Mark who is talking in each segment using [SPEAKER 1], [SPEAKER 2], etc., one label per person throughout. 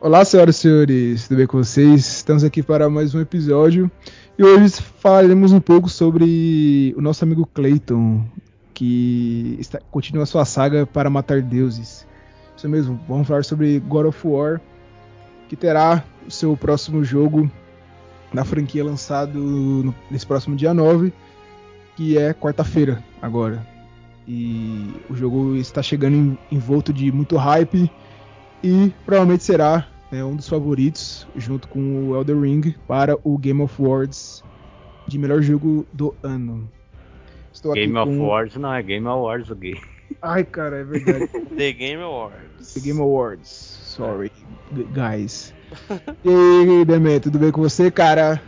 [SPEAKER 1] Olá, senhoras e senhores, tudo bem com vocês? Estamos aqui para mais um episódio e hoje falaremos um pouco sobre o nosso amigo Clayton, que está, continua sua saga para matar deuses. Isso mesmo, vamos falar sobre God of War, que terá o seu próximo jogo na franquia lançado no- nesse próximo dia 9, que é quarta-feira agora. E o jogo está chegando em, envolto de muito hype e provavelmente será né, um dos favoritos, junto com o Elder Ring, para o Game of Awards de melhor jogo do ano. Estou
[SPEAKER 2] Game of
[SPEAKER 1] com- um
[SPEAKER 2] Wars não, é Game Awards o game.
[SPEAKER 1] Ai, cara, é verdade.
[SPEAKER 3] The Game Awards.
[SPEAKER 1] The Game Awards. Sorry, gu- guys. E aí, Demet, tudo bem com você, cara?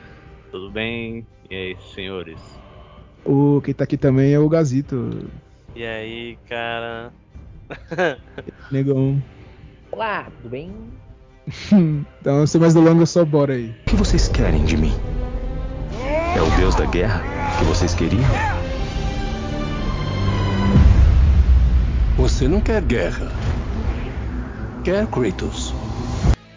[SPEAKER 2] Tudo bem? E aí, senhores?
[SPEAKER 1] O que tá aqui também é o Gazito,
[SPEAKER 3] E aí, cara?
[SPEAKER 1] negão.
[SPEAKER 4] Olá, Ah, tudo bem?
[SPEAKER 1] então, sem mais delongas, só bora aí.
[SPEAKER 5] O que vocês querem de mim? É o deus da guerra que vocês queriam? Você não quer guerra. Quer Kratos.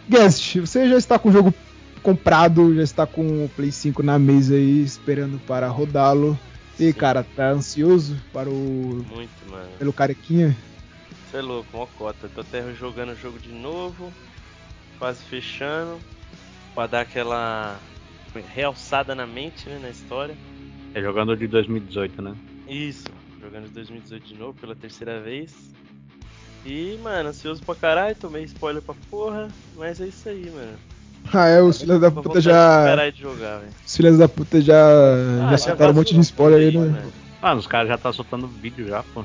[SPEAKER 1] Guest, você já está com o jogo comprado, já está com o Play 5 na mesa aí, esperando para rodá-lo. E,
[SPEAKER 3] Sim.
[SPEAKER 1] cara, tá ansioso para o...
[SPEAKER 3] Muito, mano.
[SPEAKER 1] pelo carequinha?
[SPEAKER 3] Você é louco, mó cota. Tô até jogando o jogo de novo. Quase fechando. Pra dar aquela realçada na mente, né? Na história.
[SPEAKER 2] É jogador de 2018, né?
[SPEAKER 3] Isso. Jogando de 2018 de novo, pela terceira vez. E, mano, ansioso pra caralho. Tomei spoiler pra porra. Mas é isso aí, mano.
[SPEAKER 1] Ah, é, os filhos da
[SPEAKER 3] Tô com
[SPEAKER 1] puta
[SPEAKER 3] vontade de
[SPEAKER 1] já.
[SPEAKER 3] parar de jogar, velho.
[SPEAKER 1] Os filhos da puta já.
[SPEAKER 3] Ah,
[SPEAKER 1] já
[SPEAKER 3] já
[SPEAKER 1] soltaram um monte de
[SPEAKER 3] vazou
[SPEAKER 1] spoiler aí,
[SPEAKER 3] tudo
[SPEAKER 1] né?
[SPEAKER 3] aí, né?
[SPEAKER 2] Mano, os caras já tá soltando vídeo já, pô.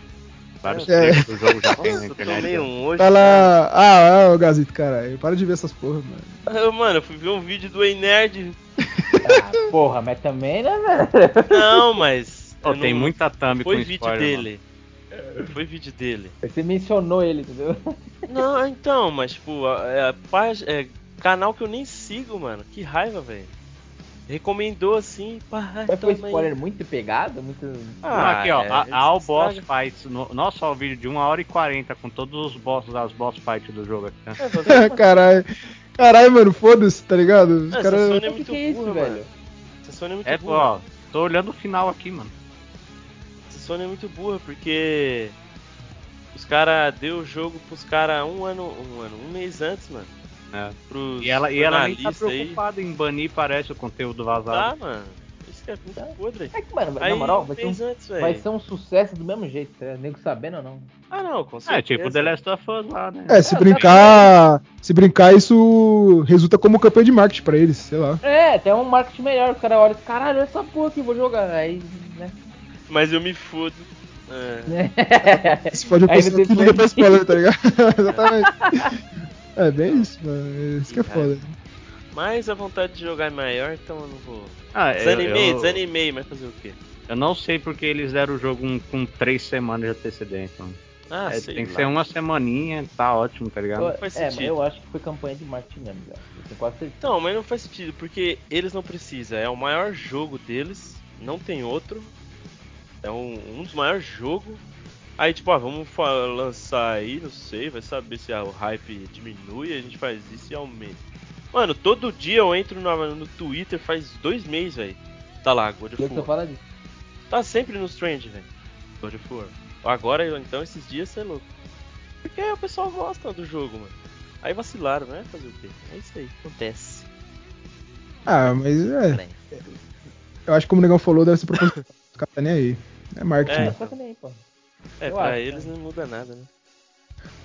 [SPEAKER 2] Vários
[SPEAKER 1] É.
[SPEAKER 2] trechos do jogo já tem
[SPEAKER 3] Nossa,
[SPEAKER 2] na
[SPEAKER 3] eu
[SPEAKER 2] internet.
[SPEAKER 3] tomei um hoje.
[SPEAKER 1] Tá lá. Ah, ah, o Gazito, caralho. Para de ver essas porra, mano.
[SPEAKER 3] Ah, Mano, eu fui ver um vídeo do Ei Nerd.
[SPEAKER 4] Ah, porra, mas também, né, velho?
[SPEAKER 3] Não, mas.
[SPEAKER 2] Ó,
[SPEAKER 3] eu
[SPEAKER 2] tem
[SPEAKER 3] não-
[SPEAKER 2] muita thumb
[SPEAKER 3] Foi
[SPEAKER 2] com
[SPEAKER 3] vídeo
[SPEAKER 2] spoiler. mano.
[SPEAKER 3] dele. Foi vídeo dele.
[SPEAKER 4] Você mencionou ele, entendeu?
[SPEAKER 3] Não, então, mas tipo, a- é, a pag- é canal que eu nem sigo, mano. Que raiva, velho. Recomendou assim, pá, ai,
[SPEAKER 4] Mas foi
[SPEAKER 3] toma aí.
[SPEAKER 4] spoiler muito pegado, muito.
[SPEAKER 2] Ah, aqui, ó.
[SPEAKER 3] é,
[SPEAKER 2] a, a All
[SPEAKER 3] sabe?
[SPEAKER 2] Boss Fights. No, não só o vídeo de 1 hora e 40 com todos os bosses, as boss fights do jogo aqui. Né?
[SPEAKER 3] É, você-
[SPEAKER 1] Caralho. Caralho, mano, foda-se, tá ligado? Os
[SPEAKER 3] Essa
[SPEAKER 1] caras.
[SPEAKER 3] Sony é
[SPEAKER 4] O que,
[SPEAKER 3] muito
[SPEAKER 4] que é isso,
[SPEAKER 3] burra,
[SPEAKER 4] velho?
[SPEAKER 3] mano. Essa Sony é muito
[SPEAKER 2] É, pô,
[SPEAKER 3] burra.
[SPEAKER 2] ó. Tô olhando o final aqui, mano.
[SPEAKER 3] Essa Sony é muito burra porque os caras deu o jogo pros caras um ano, um ano, um mês antes, mano.
[SPEAKER 2] É.
[SPEAKER 3] Pros
[SPEAKER 2] E ela, e ela nem tá
[SPEAKER 3] jornalistas aí.
[SPEAKER 2] preocupada em banir, parece, o conteúdo
[SPEAKER 3] Tá,
[SPEAKER 2] vazado.
[SPEAKER 3] mano. Isso que é muito podre.
[SPEAKER 4] É que, mano,
[SPEAKER 3] Aí,
[SPEAKER 4] na moral,
[SPEAKER 3] um
[SPEAKER 4] vai ser, um,
[SPEAKER 3] mês antes, velho.
[SPEAKER 4] vai ser um sucesso do mesmo jeito, tá? nego sabendo ou não.
[SPEAKER 3] Ah, não, com
[SPEAKER 2] é,
[SPEAKER 3] certeza.
[SPEAKER 2] tipo The Last of Us lá, né?
[SPEAKER 1] É, se
[SPEAKER 4] É,
[SPEAKER 3] né,
[SPEAKER 1] brincar. Se brincar, isso resulta como campanha de marketing pra eles, sei lá.
[SPEAKER 4] É, até um marketing melhor, o cara olha, caralho, olha essa porra aqui, vou jogar. Aí, né?
[SPEAKER 3] Mas eu me fudo. É.
[SPEAKER 1] Se pode eu
[SPEAKER 4] Aí
[SPEAKER 1] posso
[SPEAKER 4] você
[SPEAKER 1] que liga
[SPEAKER 4] foi-
[SPEAKER 1] pra spoiler, tá ligado? Exatamente. É bem isso, mano. Isso que é foda.
[SPEAKER 3] Mas a vontade de jogar é maior, então eu não vou.
[SPEAKER 2] Ah, eu-
[SPEAKER 3] Desanimei,
[SPEAKER 2] eu-
[SPEAKER 3] desanimei, mas fazer o quê?
[SPEAKER 2] Eu não sei porque eles deram o jogo um- com três semanas de antecedência. mano.
[SPEAKER 3] Ah,
[SPEAKER 2] É,
[SPEAKER 3] sei
[SPEAKER 2] tem que
[SPEAKER 3] lá.
[SPEAKER 2] ser uma semaninha, tá ótimo, tá ligado?
[SPEAKER 4] eu,
[SPEAKER 3] faz
[SPEAKER 4] é, mas
[SPEAKER 3] sentido.
[SPEAKER 4] eu acho que foi campanha de marketing mesmo, velho. Eu tenho quase certeza.
[SPEAKER 3] Então, mas não faz sentido, porque eles não precisam. É o maior jogo deles, não tem outro. É um, um dos maiores jogos. Aí, tipo, ah, vamos fa- lançar aí, não sei, vai saber se a- o hype diminui, a gente faz isso e aumenta. Mano, todo dia eu entro na- no Twitter, faz dois meses, velho. Tá lá, God of
[SPEAKER 4] Eu só
[SPEAKER 3] War.
[SPEAKER 4] falo disso.
[SPEAKER 3] Tá sempre nos trend, velho. God of War. Agora, eu- então, esses dias, você é louco. Porque o pessoal gosta do jogo, mano. Aí vacilaram, né? Fazer o quê? É isso aí, acontece.
[SPEAKER 1] Ah, mas é. Eu acho que como o negão falou, deve ser proposto. Os caras tá nem aí. É marketing.
[SPEAKER 3] É.
[SPEAKER 1] né?
[SPEAKER 4] Mas tá nem aí, pô.
[SPEAKER 3] É,
[SPEAKER 4] Eu
[SPEAKER 3] pra
[SPEAKER 4] acho,
[SPEAKER 3] eles
[SPEAKER 4] né?
[SPEAKER 3] não muda nada, né?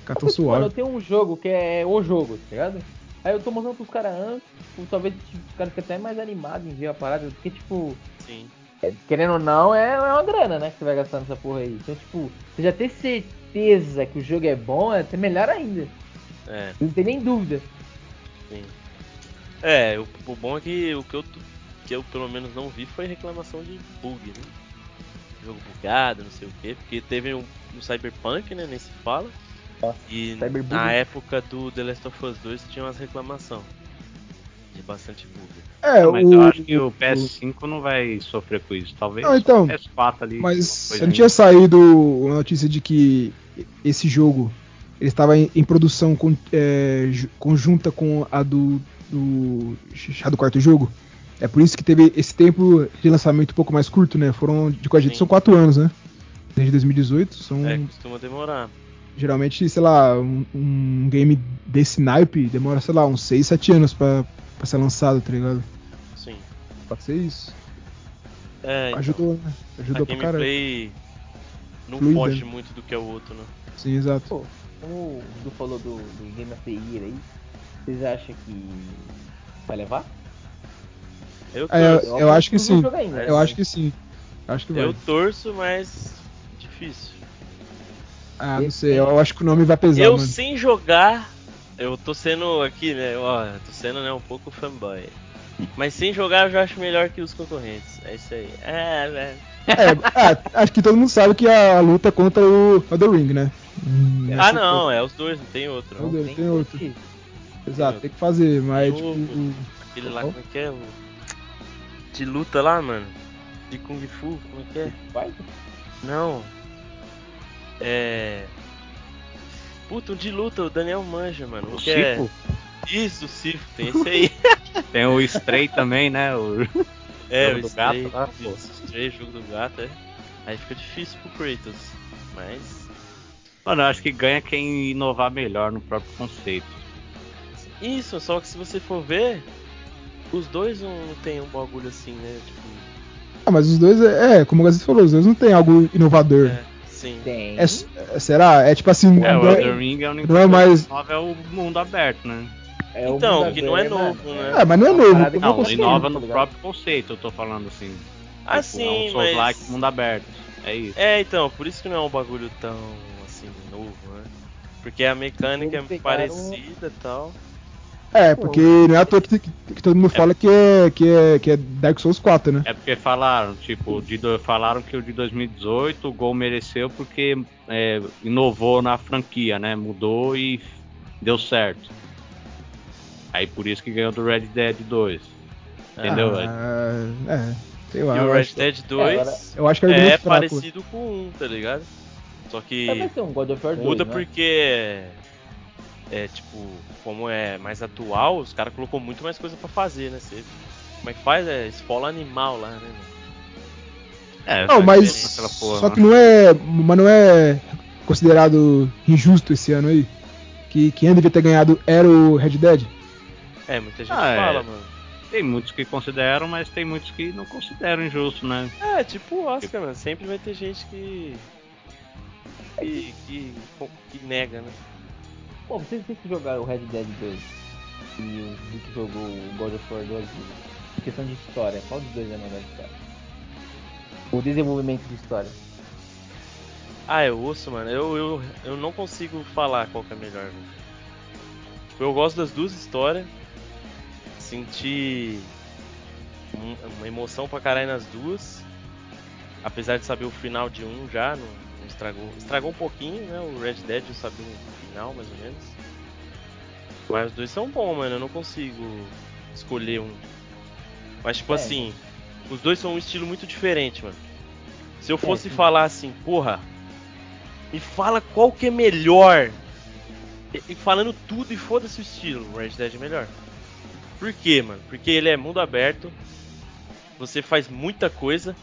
[SPEAKER 1] Os caras tão
[SPEAKER 4] Mano, eu
[SPEAKER 1] suaves.
[SPEAKER 4] tenho um jogo que é o jogo, tá ligado? Aí eu tô mostrando pros caras antes, tipo, talvez tipo, os caras fiquem até mais animados em ver a parada, porque, tipo,
[SPEAKER 3] Sim.
[SPEAKER 4] é, querendo ou não, é, é uma grana, né, que você vai gastar nessa porra aí. Então, tipo, você já ter certeza que o jogo é bom, é até melhor ainda.
[SPEAKER 3] É,
[SPEAKER 4] Não tem nem dúvida.
[SPEAKER 3] sim. É, o, o bom é que o que eu, tu- que eu pelo menos não vi foi reclamação de bug, né? Jogo bugado, não sei o quê. Porque teve um, um Cyberpunk, né? Nem se fala. E
[SPEAKER 4] Cyberbug.
[SPEAKER 3] na época do The Last of Us 2 tinha umas reclamações de bastante bug.
[SPEAKER 1] É,
[SPEAKER 2] mas eu acho que o PS5 não vai sofrer com isso, talvez.
[SPEAKER 1] Não, então,
[SPEAKER 2] o PS4 ali.
[SPEAKER 1] Mas
[SPEAKER 3] é.
[SPEAKER 2] alguma coisa
[SPEAKER 1] não tinha saído a notícia de que esse jogo Ele estava em, em produção con- é, ju- conjunta com a do, do já do quarto jogo. É por isso que teve esse tempo de lançamento um pouco mais curto, né? Foram de coadjuvante,
[SPEAKER 3] Sim.
[SPEAKER 1] são quatro anos, né? Desde 2018, são
[SPEAKER 3] É, costuma demorar.
[SPEAKER 1] geralmente, sei lá, um, um game desse naipe demora, sei lá, uns 6, 7 anos pra, pra ser lançado, tá ligado?
[SPEAKER 3] Sim.
[SPEAKER 1] Pode ser isso.
[SPEAKER 3] assim. É, então,
[SPEAKER 1] Ajudou, né? Ajudou
[SPEAKER 3] a
[SPEAKER 1] pra caralho.
[SPEAKER 3] gameplay não
[SPEAKER 1] Fluida.
[SPEAKER 3] foge muito do que é o outro, né?
[SPEAKER 1] Sim, exato.
[SPEAKER 4] Pô, como o Du falou do, do Game of the Year aí, vocês acham que vai levar?
[SPEAKER 3] Eu
[SPEAKER 1] É, eu-
[SPEAKER 3] torço,
[SPEAKER 1] eu acho que
[SPEAKER 4] não vi o
[SPEAKER 1] sim.
[SPEAKER 4] jogo ainda,
[SPEAKER 1] Eu
[SPEAKER 4] né?
[SPEAKER 1] acho que sim. Acho que vai.
[SPEAKER 3] eu torço, mas difícil.
[SPEAKER 1] Ah, não sei. Eu acho que o nome vai pesar,
[SPEAKER 3] eu
[SPEAKER 1] mano.
[SPEAKER 3] sem jogar, eu tô sendo aqui, né? Ó, eu tô sendo né, um pouco fanboy. Mas sem jogar eu já acho melhor que os concorrentes. É isso aí. É, velho.
[SPEAKER 1] É, ah, acho que todo mundo sabe que a luta é contra o Elden Ring, né? Hum,
[SPEAKER 3] Ah
[SPEAKER 1] essa-
[SPEAKER 3] não, é os dois, não tem outro.
[SPEAKER 1] Meu
[SPEAKER 3] não.
[SPEAKER 1] Deus,
[SPEAKER 4] Nem
[SPEAKER 1] tem outro.
[SPEAKER 4] curti.
[SPEAKER 1] Exato, tem que fazer, mas tipo.
[SPEAKER 3] Jogo.
[SPEAKER 1] o-
[SPEAKER 3] Aquele lá,
[SPEAKER 1] Qual?
[SPEAKER 3] como é que é? O... De luta lá, mano. De Kung Fu, como é que é?
[SPEAKER 4] Vai?
[SPEAKER 3] Não. É. Puta, um de luta, o Daniel manja, mano.
[SPEAKER 2] O
[SPEAKER 3] que é-
[SPEAKER 2] Chico?
[SPEAKER 3] Isso, o Cifo, tem esse aí.
[SPEAKER 2] Tem o Stray também, né? O...
[SPEAKER 3] É,
[SPEAKER 2] Jogo
[SPEAKER 3] o
[SPEAKER 2] do
[SPEAKER 3] Stray,
[SPEAKER 2] gato lá, pô.
[SPEAKER 3] isso, Stray, jogo do gato, é. Aí fica difícil pro Kratos. Mas.
[SPEAKER 2] Mano, eu acho que ganha quem inovar melhor no próprio conceito.
[SPEAKER 3] Isso, só que se você for ver, os dois não, não tem um bagulho assim, né? Tipo.
[SPEAKER 1] Ah, mas os dois, é, é, como o Gazeta falou, os dois não tem algo inovador.
[SPEAKER 3] É, sim.
[SPEAKER 4] Tem.
[SPEAKER 1] É s- é- será? É tipo assim.
[SPEAKER 2] É, o
[SPEAKER 1] não é-
[SPEAKER 2] Elden Ring é o único
[SPEAKER 1] não é mais-
[SPEAKER 2] nova é o mundo aberto, né?
[SPEAKER 4] É o
[SPEAKER 3] Então,
[SPEAKER 4] mundo
[SPEAKER 3] que não é
[SPEAKER 4] aberto,
[SPEAKER 3] novo,
[SPEAKER 4] mano.
[SPEAKER 3] né?
[SPEAKER 1] É, mas não é
[SPEAKER 4] Uma
[SPEAKER 1] novo.
[SPEAKER 4] parada que
[SPEAKER 1] não
[SPEAKER 2] Não,
[SPEAKER 1] gostei.
[SPEAKER 2] inova no
[SPEAKER 4] tá ligado?
[SPEAKER 2] próprio conceito, eu tô falando assim.
[SPEAKER 3] Ah,
[SPEAKER 2] Tipo, é
[SPEAKER 3] sim,
[SPEAKER 2] um Souls like
[SPEAKER 3] mas.
[SPEAKER 2] mundo aberto. É isso.
[SPEAKER 3] É, então, por isso que não é um bagulho tão assim novo, né? Porque a mecânica
[SPEAKER 4] Eles
[SPEAKER 3] é
[SPEAKER 4] pegaram-
[SPEAKER 3] parecida e tal.
[SPEAKER 1] É, porque não é à toa que, que- que todo mundo fala que é, que, é, que é Dark Souls 4, né?
[SPEAKER 2] É porque falaram, tipo, de do- falaram que o de 2018 o Gol mereceu porque é, inovou na franquia, né? Mudou e deu certo. Aí por isso que ganhou do Red Dead 2. Entendeu?
[SPEAKER 1] Ah, é, sei lá.
[SPEAKER 3] É, E o
[SPEAKER 1] Eu
[SPEAKER 3] Red
[SPEAKER 1] acho,
[SPEAKER 3] Dead
[SPEAKER 4] É,
[SPEAKER 3] 2
[SPEAKER 4] agora-
[SPEAKER 1] eu acho que é
[SPEAKER 3] é,
[SPEAKER 1] muito fraco.
[SPEAKER 3] parecido com o 1, tá ligado? Só que
[SPEAKER 4] Vai ser um God of War 2,
[SPEAKER 3] muda
[SPEAKER 4] né?
[SPEAKER 3] porque é tipo, como é mais atual, os caras colocou muito mais coisa pra fazer, né? Você, como é que faz? É esfola animal lá, né? mano?
[SPEAKER 2] É,
[SPEAKER 1] Não,
[SPEAKER 2] tá
[SPEAKER 1] mas
[SPEAKER 2] diferente naquela porra,
[SPEAKER 1] só que
[SPEAKER 2] né?
[SPEAKER 1] não é, mas não é considerado injusto esse ano aí. Que quem devia ter ganhado era o Red Dead.
[SPEAKER 3] É, muita gente
[SPEAKER 2] Ah, é.
[SPEAKER 3] fala, mano.
[SPEAKER 2] Tem muitos que consideram, mas tem muitos que não consideram injusto, né?
[SPEAKER 3] É, tipo o Oscar, mano. Sempre vai ter gente que. que, que, que nega, né?
[SPEAKER 4] Pô, vocês têm que jogar o Red Dead 2 e o Duke jogou o God of War 2. e Questão de história, qual dos dois é a melhor história? O desenvolvimento de história.
[SPEAKER 3] Ah, eu ouço, mano. Eu, eu, eu não consigo falar qual que é melhor. velho. Tipo, Eu gosto das duas histórias. Senti um- uma emoção pra caralho nas duas. Apesar de saber o final de um já, não, não estragou. Estragou um pouquinho, né? O Red Dead eu sabia o final, mais ou menos. Mas os dois são bons, mano. Eu não consigo escolher um. Mas, tipo
[SPEAKER 4] É.
[SPEAKER 3] assim, os dois são um estilo muito diferente, mano.
[SPEAKER 2] É.
[SPEAKER 3] Se eu fosse
[SPEAKER 4] sim.
[SPEAKER 3] falar assim, porra, me fala qual que é melhor. E- E falando tudo e foda-se o estilo, o Red Dead é melhor. Por quê, mano? Porque ele é mundo aberto, você faz muita coisa,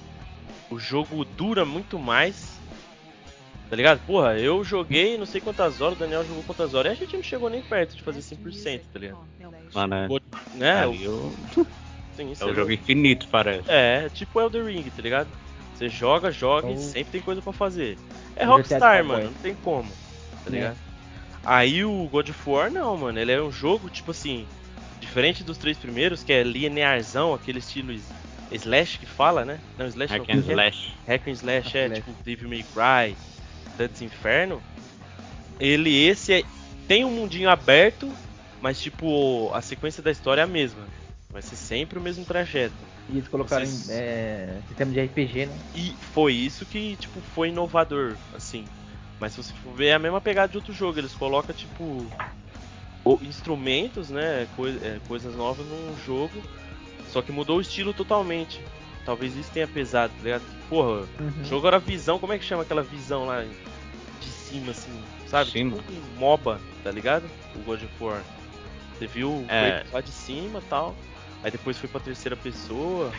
[SPEAKER 3] o jogo dura muito mais. Tá ligado? Porra, eu joguei não sei quantas horas, o Daniel jogou quantas horas, e a gente não chegou nem perto de fazer 100%, tá ligado?
[SPEAKER 2] Mano, é,
[SPEAKER 3] Pô, Né?
[SPEAKER 2] ali eu-
[SPEAKER 3] Sim, isso
[SPEAKER 2] é um
[SPEAKER 3] é
[SPEAKER 2] jogo infinito, parece.
[SPEAKER 3] é, tipo Elden Ring, tá ligado? Você joga, joga e
[SPEAKER 4] Então-
[SPEAKER 3] sempre tem coisa pra fazer.
[SPEAKER 4] Não tem
[SPEAKER 3] É Rockstar,
[SPEAKER 4] atalho,
[SPEAKER 3] mano,
[SPEAKER 4] né?
[SPEAKER 3] não tem como, tá
[SPEAKER 4] Né?
[SPEAKER 3] ligado? Aí o God of War não, mano, ele é um jogo, tipo assim, diferente dos três primeiros, que é linearzão, aquele estilo is- slash que fala, né? Não, slash
[SPEAKER 2] Hack
[SPEAKER 3] não,
[SPEAKER 2] and
[SPEAKER 3] como que é?
[SPEAKER 2] Slash.
[SPEAKER 3] Hack and Slash é
[SPEAKER 4] Slash.
[SPEAKER 3] tipo Devil May Cry, Dantes Inferno. Ele, esse, é, tem um mundinho aberto, mas tipo, a sequência da história é a mesma. Vai ser sempre o mesmo trajeto.
[SPEAKER 4] E eles colocaram em,
[SPEAKER 3] Vocês-
[SPEAKER 4] é, sistema de RPG, né?
[SPEAKER 3] E foi isso que, tipo, foi inovador, assim. Mas se você for ver, é a mesma pegada de outro jogo. Eles colocam, tipo, o- instrumentos, né? coi- é, coisas novas num jogo. Só que mudou o estilo totalmente. Talvez isso tenha pesado, tá ligado? Porra, o jogo era visão, como é que chama aquela visão lá? De cima, assim, sabe?
[SPEAKER 2] Sim,
[SPEAKER 3] Tipo um MOBA, tá ligado? O God of War. Você viu o
[SPEAKER 2] É.
[SPEAKER 3] Kratos lá de cima tal. Aí depois foi pra terceira pessoa.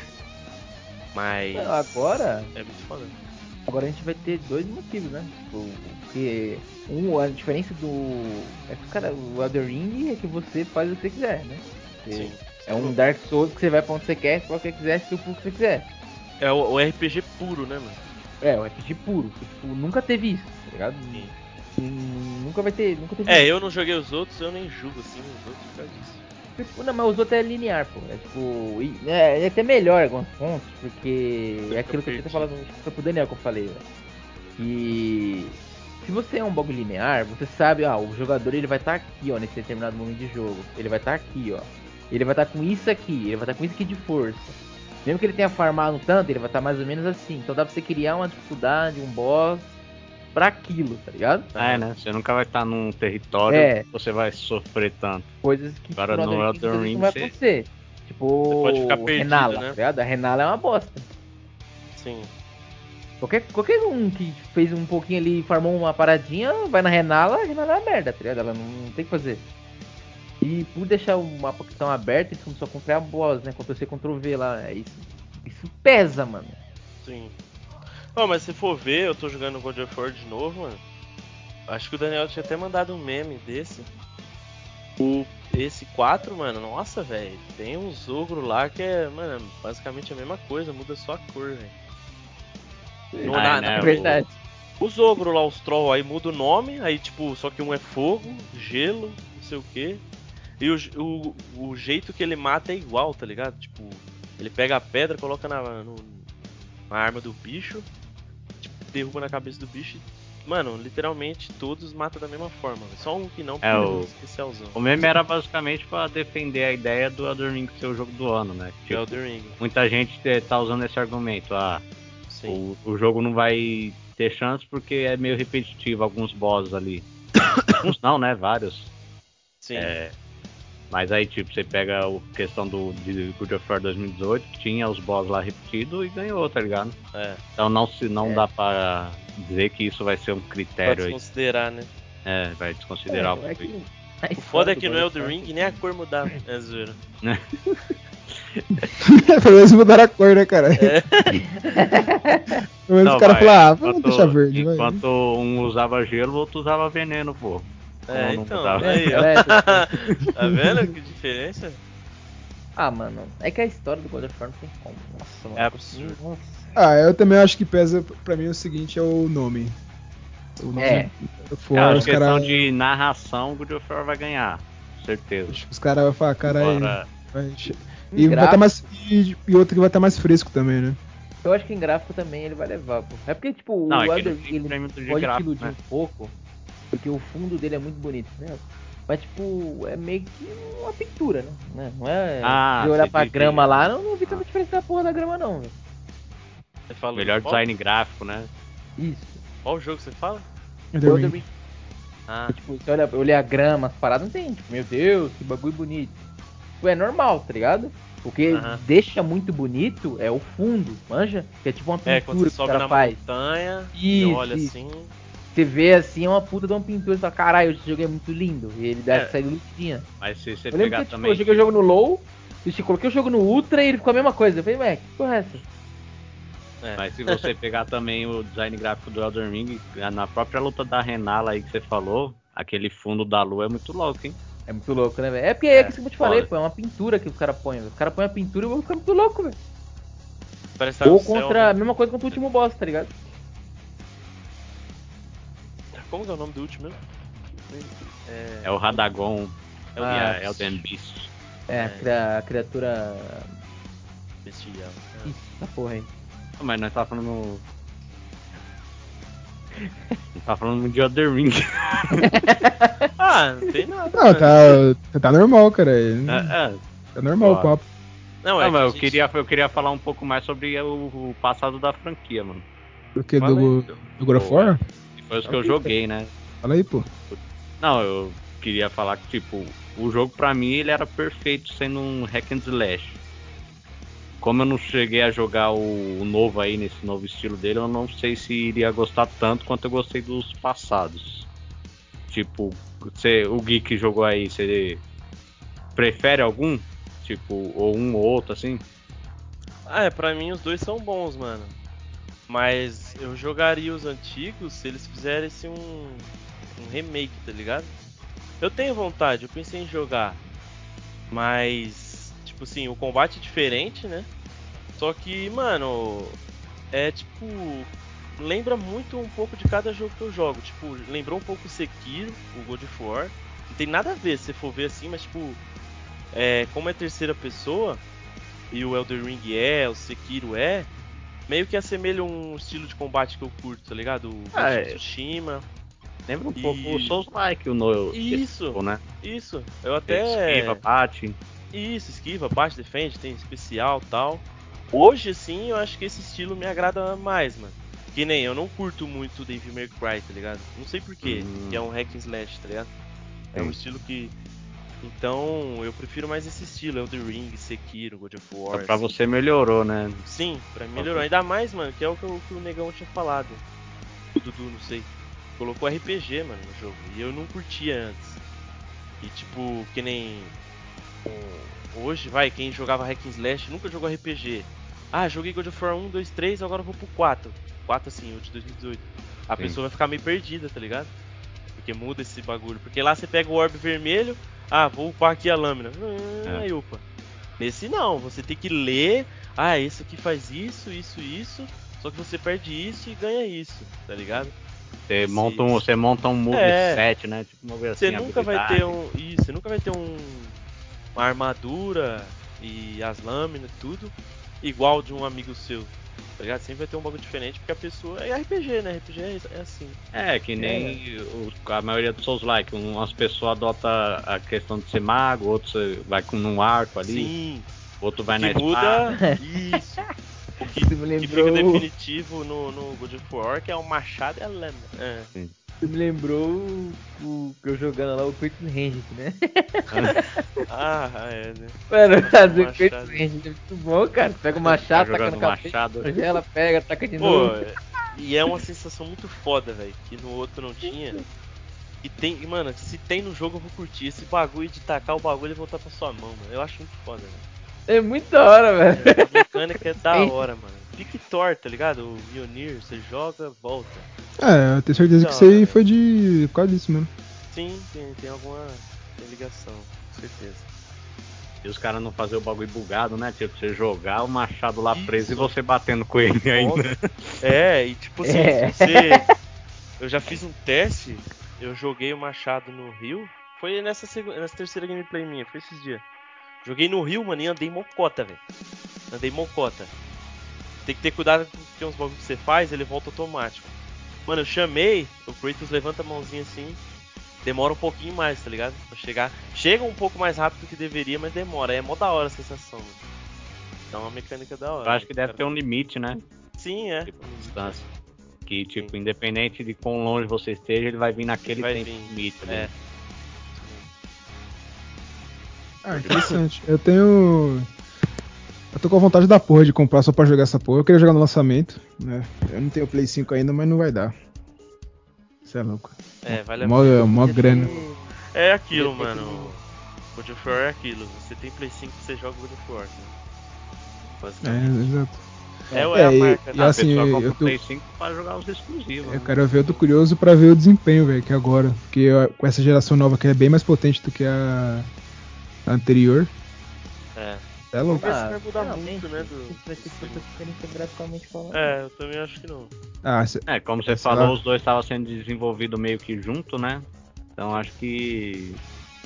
[SPEAKER 3] Mas.
[SPEAKER 4] Ah, Agora,
[SPEAKER 3] É muito foda.
[SPEAKER 4] Agora a gente vai ter dois motivos, né? Tipo, Porque um, a diferença do. É que os cara, o Elder Ring é que você faz o que você quiser, né? Você-
[SPEAKER 3] Sim.
[SPEAKER 4] É um Dark Souls que você vai pra onde você quer, pra onde você quiser, se o que você quiser.
[SPEAKER 3] É o, o RPG puro, né, mano?
[SPEAKER 4] É, o RPG puro. que, Tipo, nunca teve isso, tá ligado?
[SPEAKER 3] Sim.
[SPEAKER 4] Hum, Nunca vai ter, nunca teve
[SPEAKER 3] É,
[SPEAKER 4] isso.
[SPEAKER 3] eu não joguei os outros, eu nem julgo assim os outros por causa disso.
[SPEAKER 4] Tipo, não, mas os outros é linear, pô. É tipo. e- É, é até melhor em alguns pontos, porque é aquilo que eu tinha
[SPEAKER 3] perdido.
[SPEAKER 4] falado acho que foi pro tipo, Daniel que eu falei, velho. Que se você é um bagulho linear, você sabe, ah, o jogador ele vai estar aqui, ó, nesse determinado momento de jogo. Ele vai estar aqui, ó. Ele vai estar com isso aqui, ele vai estar com isso aqui de força. Mesmo que ele tenha farmado tanto, ele vai estar mais ou menos assim. Então dá pra você criar uma dificuldade, um boss pra aquilo, tá ligado?
[SPEAKER 2] É, né? Você nunca vai estar num território
[SPEAKER 4] É.
[SPEAKER 2] que você vai sofrer tanto.
[SPEAKER 4] coisas que
[SPEAKER 2] Cara,
[SPEAKER 4] tipo,
[SPEAKER 2] no
[SPEAKER 4] Elden
[SPEAKER 3] é
[SPEAKER 2] Elden
[SPEAKER 4] Ring, às vezes,
[SPEAKER 2] Ring
[SPEAKER 4] não vai
[SPEAKER 2] você-
[SPEAKER 4] acontecer. Tipo,
[SPEAKER 3] Você pode ficar perdido,
[SPEAKER 4] Renala,
[SPEAKER 3] né?
[SPEAKER 4] tá ligado? A Renala é uma bosta.
[SPEAKER 3] Sim.
[SPEAKER 4] Qualquer, qualquer um que fez um pouquinho ali, farmou uma paradinha, vai na Renala, a Renala é uma merda, tá ligado? Ela não, não tem o que fazer. E por deixar o mapa que tão aberto, eles começou a comprar boss, né? Ctrl C, Ctrl V lá. é Isso, isso pesa, mano.
[SPEAKER 3] Sim. Ó, mas se for ver, eu tô jogando God of War de novo, mano. Acho que o Daniel tinha até mandado um meme desse. O esse 4, mano, nossa, velho. Tem uns ogro lá que é, mano, é basicamente a mesma coisa, muda só a cor, velho. Não,
[SPEAKER 2] Ah, é,
[SPEAKER 3] na-
[SPEAKER 2] né,
[SPEAKER 3] na-
[SPEAKER 2] o-
[SPEAKER 4] verdade.
[SPEAKER 3] Os ogro lá, os troll, aí muda o nome, aí tipo, só que um é fogo, gelo, não sei o que. E o, je- o, o jeito que ele mata é igual, tá ligado? Tipo, ele pega a pedra, coloca na, no- na arma do bicho, tipo, derruba na cabeça do bicho e, mano, literalmente todos matam da mesma forma. velho. Só um que não, porque
[SPEAKER 2] É,
[SPEAKER 3] ele
[SPEAKER 2] o-
[SPEAKER 3] um especialzão.
[SPEAKER 2] O meme era basicamente pra defender a ideia do Elden Ring ser o jogo do ano, né?
[SPEAKER 3] Que é o
[SPEAKER 2] Tipo,
[SPEAKER 3] The Ring,
[SPEAKER 2] muita gente eh, tá usando esse argumento. Ah,
[SPEAKER 3] sim.
[SPEAKER 2] o, o jogo não vai ter chance porque é meio repetitivo alguns bosses ali. Alguns não, né? Vários.
[SPEAKER 3] Sim,
[SPEAKER 2] É, mas aí, tipo, você pega a questão do de God of War 2018, que tinha os boss lá repetidos e ganhou, tá ligado?
[SPEAKER 3] é.
[SPEAKER 2] Então não, se, não
[SPEAKER 4] É.
[SPEAKER 2] dá pra dizer que isso vai ser um
[SPEAKER 3] Pode
[SPEAKER 2] critério aí.
[SPEAKER 3] desconsiderar, né?
[SPEAKER 2] É, vai desconsiderar alguma
[SPEAKER 4] É, é
[SPEAKER 2] coisa.
[SPEAKER 4] que-
[SPEAKER 3] O foda é que no Elder Ring nem a cor mudava. É zoeira.
[SPEAKER 1] Pelo menos mudaram a cor, né, cara?
[SPEAKER 3] É. né?
[SPEAKER 1] Pelo menos
[SPEAKER 2] Não,
[SPEAKER 1] o cara
[SPEAKER 2] vai,
[SPEAKER 1] falou, ah, vamos
[SPEAKER 2] enquanto-
[SPEAKER 1] deixar verde, vai.
[SPEAKER 2] Enquanto um usava gelo, o outro usava veneno, pô.
[SPEAKER 3] É,
[SPEAKER 2] Como não
[SPEAKER 3] então,
[SPEAKER 2] mudava?
[SPEAKER 3] aí, ó.
[SPEAKER 4] É,
[SPEAKER 3] tá vendo que diferença?
[SPEAKER 4] Ah, mano, é que a história do God of War não tem como. Nossa, mano.
[SPEAKER 2] É absurdo.
[SPEAKER 4] Nossa.
[SPEAKER 1] Ah, eu também acho que pesa pra mim o seguinte, é o nome. O nome
[SPEAKER 4] É.
[SPEAKER 1] do Ford,
[SPEAKER 2] Cara,
[SPEAKER 1] os
[SPEAKER 2] Ah, é questão
[SPEAKER 1] caras
[SPEAKER 2] de narração, o God of War vai ganhar. Certeza.
[SPEAKER 1] os cara vai falar, caralho.
[SPEAKER 2] Agora,
[SPEAKER 1] vai che-
[SPEAKER 4] Em
[SPEAKER 1] E vai
[SPEAKER 4] gráfico-
[SPEAKER 1] tá mais. E, e outro que vai estar mais fresco também, né?
[SPEAKER 4] Eu acho que em gráfico também ele vai levar, pô. É porque, tipo,
[SPEAKER 2] Não,
[SPEAKER 4] o
[SPEAKER 2] é que ele
[SPEAKER 4] Elder
[SPEAKER 2] tem
[SPEAKER 4] Ring ele
[SPEAKER 2] prêmio
[SPEAKER 4] pode
[SPEAKER 2] de
[SPEAKER 4] te
[SPEAKER 2] gráfico,
[SPEAKER 4] iludir
[SPEAKER 2] né?
[SPEAKER 4] um pouco, porque o fundo dele é muito bonito, né? Mas, tipo, é meio que uma pintura, né? né? Não é...
[SPEAKER 2] Ah,
[SPEAKER 4] se eu olhar
[SPEAKER 2] você
[SPEAKER 4] pra
[SPEAKER 2] diz
[SPEAKER 4] grama
[SPEAKER 2] que-
[SPEAKER 4] lá, não, não vi tanta
[SPEAKER 2] Ah.
[SPEAKER 4] diferença da porra da grama, não, velho.
[SPEAKER 3] Você fala
[SPEAKER 2] melhor
[SPEAKER 3] qual,
[SPEAKER 2] design gráfico, né?
[SPEAKER 4] Isso.
[SPEAKER 3] Qual jogo você fala?
[SPEAKER 1] Elden
[SPEAKER 4] O
[SPEAKER 1] Ring.
[SPEAKER 4] Elder Ring,
[SPEAKER 3] Ah,
[SPEAKER 2] É
[SPEAKER 4] tipo, se eu olhar, eu olhar a grama, as paradas, não tem, tipo, meu Deus, que bagulho bonito. Tipo, é normal, tá ligado? O que
[SPEAKER 3] Aham.
[SPEAKER 4] deixa muito bonito é o fundo, manja? Que é tipo uma pintura
[SPEAKER 3] é, quando você
[SPEAKER 4] que o
[SPEAKER 3] sobe
[SPEAKER 4] cara
[SPEAKER 3] na
[SPEAKER 4] faz.
[SPEAKER 3] montanha,
[SPEAKER 4] Isso,
[SPEAKER 3] você olha
[SPEAKER 4] isso.
[SPEAKER 3] assim.
[SPEAKER 4] Você vê assim, é uma puta de uma pintura e fala, caralho, esse jogo é muito lindo. E ele dá
[SPEAKER 2] É.
[SPEAKER 4] essa ilusinha.
[SPEAKER 2] Mas se você
[SPEAKER 4] Eu lembro
[SPEAKER 2] pegar
[SPEAKER 4] que tipo,
[SPEAKER 2] também.
[SPEAKER 4] eu joguei o jogo no low, eu coloquei o jogo no ultra e ele ficou a mesma coisa. Eu falei, ué, que porra é essa?
[SPEAKER 3] É.
[SPEAKER 2] Mas se você pegar também o design gráfico do Elden Ring, na própria luta da Renala aí que você falou, aquele fundo da lua é muito louco, hein?
[SPEAKER 4] É muito louco, né, velho? É porque é, isso que eu te falei,
[SPEAKER 2] foda.
[SPEAKER 4] pô, é uma pintura que os caras põem. velho. Os caras põem a pintura e o jogo fica muito louco, velho.
[SPEAKER 3] Parece que tá
[SPEAKER 4] Ou
[SPEAKER 3] no céu,
[SPEAKER 4] contra a
[SPEAKER 3] né?
[SPEAKER 4] mesma coisa contra o último boss, tá ligado?
[SPEAKER 3] Como que é o nome do último mesmo? É.
[SPEAKER 2] É o Ah, Radagon
[SPEAKER 3] É o
[SPEAKER 2] e a
[SPEAKER 3] Yas.
[SPEAKER 2] Elden Beast.
[SPEAKER 4] É, a, cria- a criatura.
[SPEAKER 3] Bestial.
[SPEAKER 4] Ih, Essa porra aí.
[SPEAKER 2] Ah, Mas nós tá falando. Não tá falando de Elden Ring.
[SPEAKER 3] Ah, não tem nada.
[SPEAKER 1] Não, tá, tá normal, cara.
[SPEAKER 2] É, é.
[SPEAKER 1] Tá normal o
[SPEAKER 2] Ó.
[SPEAKER 1] papo.
[SPEAKER 3] Não,
[SPEAKER 2] Não,
[SPEAKER 3] é que a
[SPEAKER 2] mas eu
[SPEAKER 3] gente-
[SPEAKER 2] queria, eu queria falar um pouco mais sobre o, o passado da franquia, mano.
[SPEAKER 1] Do que
[SPEAKER 3] Fala
[SPEAKER 1] do,
[SPEAKER 2] então.
[SPEAKER 1] do God of War?
[SPEAKER 2] Que Foi os que eu joguei, né?
[SPEAKER 1] Fala aí, pô.
[SPEAKER 2] Não, eu queria falar que, tipo, o jogo pra mim ele era perfeito sendo um hack and slash. Como eu não cheguei a jogar o, o novo aí, nesse novo estilo dele, eu não sei se iria gostar tanto quanto eu gostei dos passados. Tipo, você, o Gui que jogou aí, você prefere algum? Tipo, ou um ou outro, assim?
[SPEAKER 3] Ah, é, pra mim os dois são bons, mano. Mas eu jogaria os antigos se eles fizessem um, um remake, tá ligado? Eu tenho vontade, eu pensei em jogar. Mas, tipo assim, o combate é diferente, né? Só que, mano, é tipo. Lembra muito um pouco de cada jogo que eu jogo. Tipo, lembrou um pouco o Sekiro, o God of War. Não tem nada a ver se for ver assim, mas tipo. É, como é terceira pessoa, e o Elder Ring é, o Sekiro é, meio que assemelha um estilo de combate que eu curto, tá ligado? O
[SPEAKER 2] Ah,
[SPEAKER 3] Ghost
[SPEAKER 2] é.
[SPEAKER 3] of Tsushima.
[SPEAKER 2] Lembra um
[SPEAKER 3] E-
[SPEAKER 2] pouco o Souls Like, o no,
[SPEAKER 3] Isso.
[SPEAKER 2] esse, né?
[SPEAKER 3] Isso, eu
[SPEAKER 2] Ele
[SPEAKER 3] até.
[SPEAKER 2] Esquiva, bate. então
[SPEAKER 3] Isso, esquiva, bate, defende, tem especial tal. Hoje sim, eu acho que esse estilo me agrada mais, mano. Que nem eu não curto muito Devil May Cry, tá ligado? Não sei porquê,
[SPEAKER 2] Hum.
[SPEAKER 3] que é um hack and slash, tá ligado? É um
[SPEAKER 2] Sim.
[SPEAKER 3] estilo que. Então, eu prefiro mais esse estilo, é o The Ring, Sekiro, God of
[SPEAKER 2] Só
[SPEAKER 3] War.
[SPEAKER 2] pra
[SPEAKER 3] assim.
[SPEAKER 2] você melhorou, né?
[SPEAKER 3] Sim, pra mim melhorou. Ainda mais, mano, que é o que, o que o Negão tinha falado. O Dudu, não sei. Colocou RPG, mano, no jogo. E eu não curtia antes. E tipo, que nem. o- Hoje, vai, quem jogava Hack and Slash nunca jogou RPG. Ah, joguei God of War 1, 2, 3, agora eu vou pro 4. 4 assim, o de 2018. A
[SPEAKER 2] Sim.
[SPEAKER 3] pessoa vai ficar meio perdida, tá ligado? Porque muda esse bagulho. Porque lá você pega o orbe vermelho, ah, vou upar aqui a lâmina. Ah,
[SPEAKER 2] É.
[SPEAKER 3] Aí upa. Nesse não, você tem que ler, ah, isso aqui faz isso, isso, isso, só que você perde isso e ganha isso, tá ligado?
[SPEAKER 2] Você
[SPEAKER 3] Sim.
[SPEAKER 2] monta um, você monta um move
[SPEAKER 3] É.
[SPEAKER 2] set, né? Tipo, mover
[SPEAKER 3] Você
[SPEAKER 2] assim,
[SPEAKER 3] nunca vai
[SPEAKER 2] habilidade.
[SPEAKER 3] ter um. Isso, você nunca vai ter um. Uma armadura e as lâminas, tudo, igual de um amigo seu. Tá ligado? Sempre vai ter um bagulho diferente, porque a pessoa. É RPG, né? RPG é- é assim.
[SPEAKER 2] É, que nem o- a maioria dos Souls Like. Umas pessoas adota a questão de ser mago, outros vai com um arco ali,
[SPEAKER 3] Sim.
[SPEAKER 2] outro
[SPEAKER 3] O
[SPEAKER 2] vai na
[SPEAKER 3] que
[SPEAKER 2] espada.
[SPEAKER 3] muda. Isso. O que,
[SPEAKER 4] Isso me
[SPEAKER 3] que fica
[SPEAKER 4] lembrou-
[SPEAKER 3] definitivo no, no God of War, que é o machado e a lâmina. É.
[SPEAKER 4] Você me lembrou o- o que eu jogando lá, o Curtis Henrique, né?
[SPEAKER 3] Ah, é, né?
[SPEAKER 4] Mano, fazer o
[SPEAKER 3] machado.
[SPEAKER 4] Curtis Henrique é muito bom, cara. Você pega o machado,
[SPEAKER 2] Tá
[SPEAKER 4] taca
[SPEAKER 2] jogando
[SPEAKER 4] no capeta,
[SPEAKER 2] machado.
[SPEAKER 4] ela pega, taca de
[SPEAKER 3] Pô,
[SPEAKER 4] novo.
[SPEAKER 3] e é uma sensação muito foda, velho, que no outro não tinha. E tem, e, mano, se tem no jogo eu vou curtir. Esse bagulho de tacar o bagulho e voltar pra sua mão, mano. Eu acho muito foda, velho.
[SPEAKER 4] É muito da hora, velho.
[SPEAKER 3] A mecânica é da hora, mano. Pique Thor, tá ligado? O Mionir, você joga, volta.
[SPEAKER 1] É, eu tenho certeza que isso aí foi de. por causa disso mesmo.
[SPEAKER 3] Sim, tem, tem alguma tem ligação, com certeza.
[SPEAKER 2] E os caras não fazer o bagulho bugado, né? Tipo, você jogar o machado lá
[SPEAKER 3] Isso.
[SPEAKER 2] preso e você batendo com ele ainda.
[SPEAKER 3] É, e tipo assim,
[SPEAKER 4] É.
[SPEAKER 3] se você. Eu já fiz um teste, eu joguei o Machado no Rio. Foi nessa, segu- nessa terceira gameplay minha, foi esses dias. Joguei no Rio, mano, e andei mocota, velho. Andei mocota. Tem que ter cuidado porque uns bagulhos que você faz, ele volta automático. Mano, eu chamei, o Kratos levanta a mãozinha assim, demora um pouquinho mais, tá ligado? Pra chegar. Chega um pouco mais rápido do que deveria, mas demora. Aí é mó da hora a sensação, mano. Então é uma mecânica da hora.
[SPEAKER 2] Eu acho que deve ter um limite, né?
[SPEAKER 3] Sim, é.
[SPEAKER 2] Tipo, distância. Que, tipo,
[SPEAKER 3] Sim.
[SPEAKER 2] independente de quão longe você esteja, ele vai vir naquele
[SPEAKER 3] Vai
[SPEAKER 2] tempo
[SPEAKER 3] vir,
[SPEAKER 2] limite,
[SPEAKER 3] É.
[SPEAKER 2] né?
[SPEAKER 1] Ah, interessante. Eu tenho. Eu tô com a vontade da porra de comprar só pra jogar essa porra. Eu queria jogar no lançamento, né? Eu não tenho Play 5 ainda, mas não vai dar. Você é louco.
[SPEAKER 3] É, vale a
[SPEAKER 1] Mó, mó grana.
[SPEAKER 3] É aquilo,
[SPEAKER 4] Podia ter
[SPEAKER 3] mano. God of War é aquilo. Você tem Play 5, você joga God of War. Né? Basicamente.
[SPEAKER 1] É, exato.
[SPEAKER 3] É, ou
[SPEAKER 1] É,
[SPEAKER 3] é a
[SPEAKER 1] e-
[SPEAKER 3] marca,
[SPEAKER 1] e
[SPEAKER 3] né?
[SPEAKER 2] A
[SPEAKER 1] assim,
[SPEAKER 2] pessoa compra
[SPEAKER 1] eu
[SPEAKER 2] o
[SPEAKER 1] tô- É,
[SPEAKER 2] Play 5 pra jogar os exclusivos.
[SPEAKER 1] Eu
[SPEAKER 2] né?
[SPEAKER 1] quero ver, eu tô curioso pra ver o desempenho, velho, que é agora. Porque ó, com essa geração nova que é bem mais potente do que a, a anterior.
[SPEAKER 3] É.
[SPEAKER 1] Cê É louco.
[SPEAKER 3] ver se vai mudar
[SPEAKER 4] realmente,
[SPEAKER 3] muito, né, do-
[SPEAKER 4] Isso vai ser super diferente graficamente falando.
[SPEAKER 3] É, eu também acho que não.
[SPEAKER 1] Ah, cê-
[SPEAKER 2] É, como você
[SPEAKER 1] Sei lá.
[SPEAKER 2] falou, os dois estavam sendo desenvolvidos meio que junto, né? Então acho que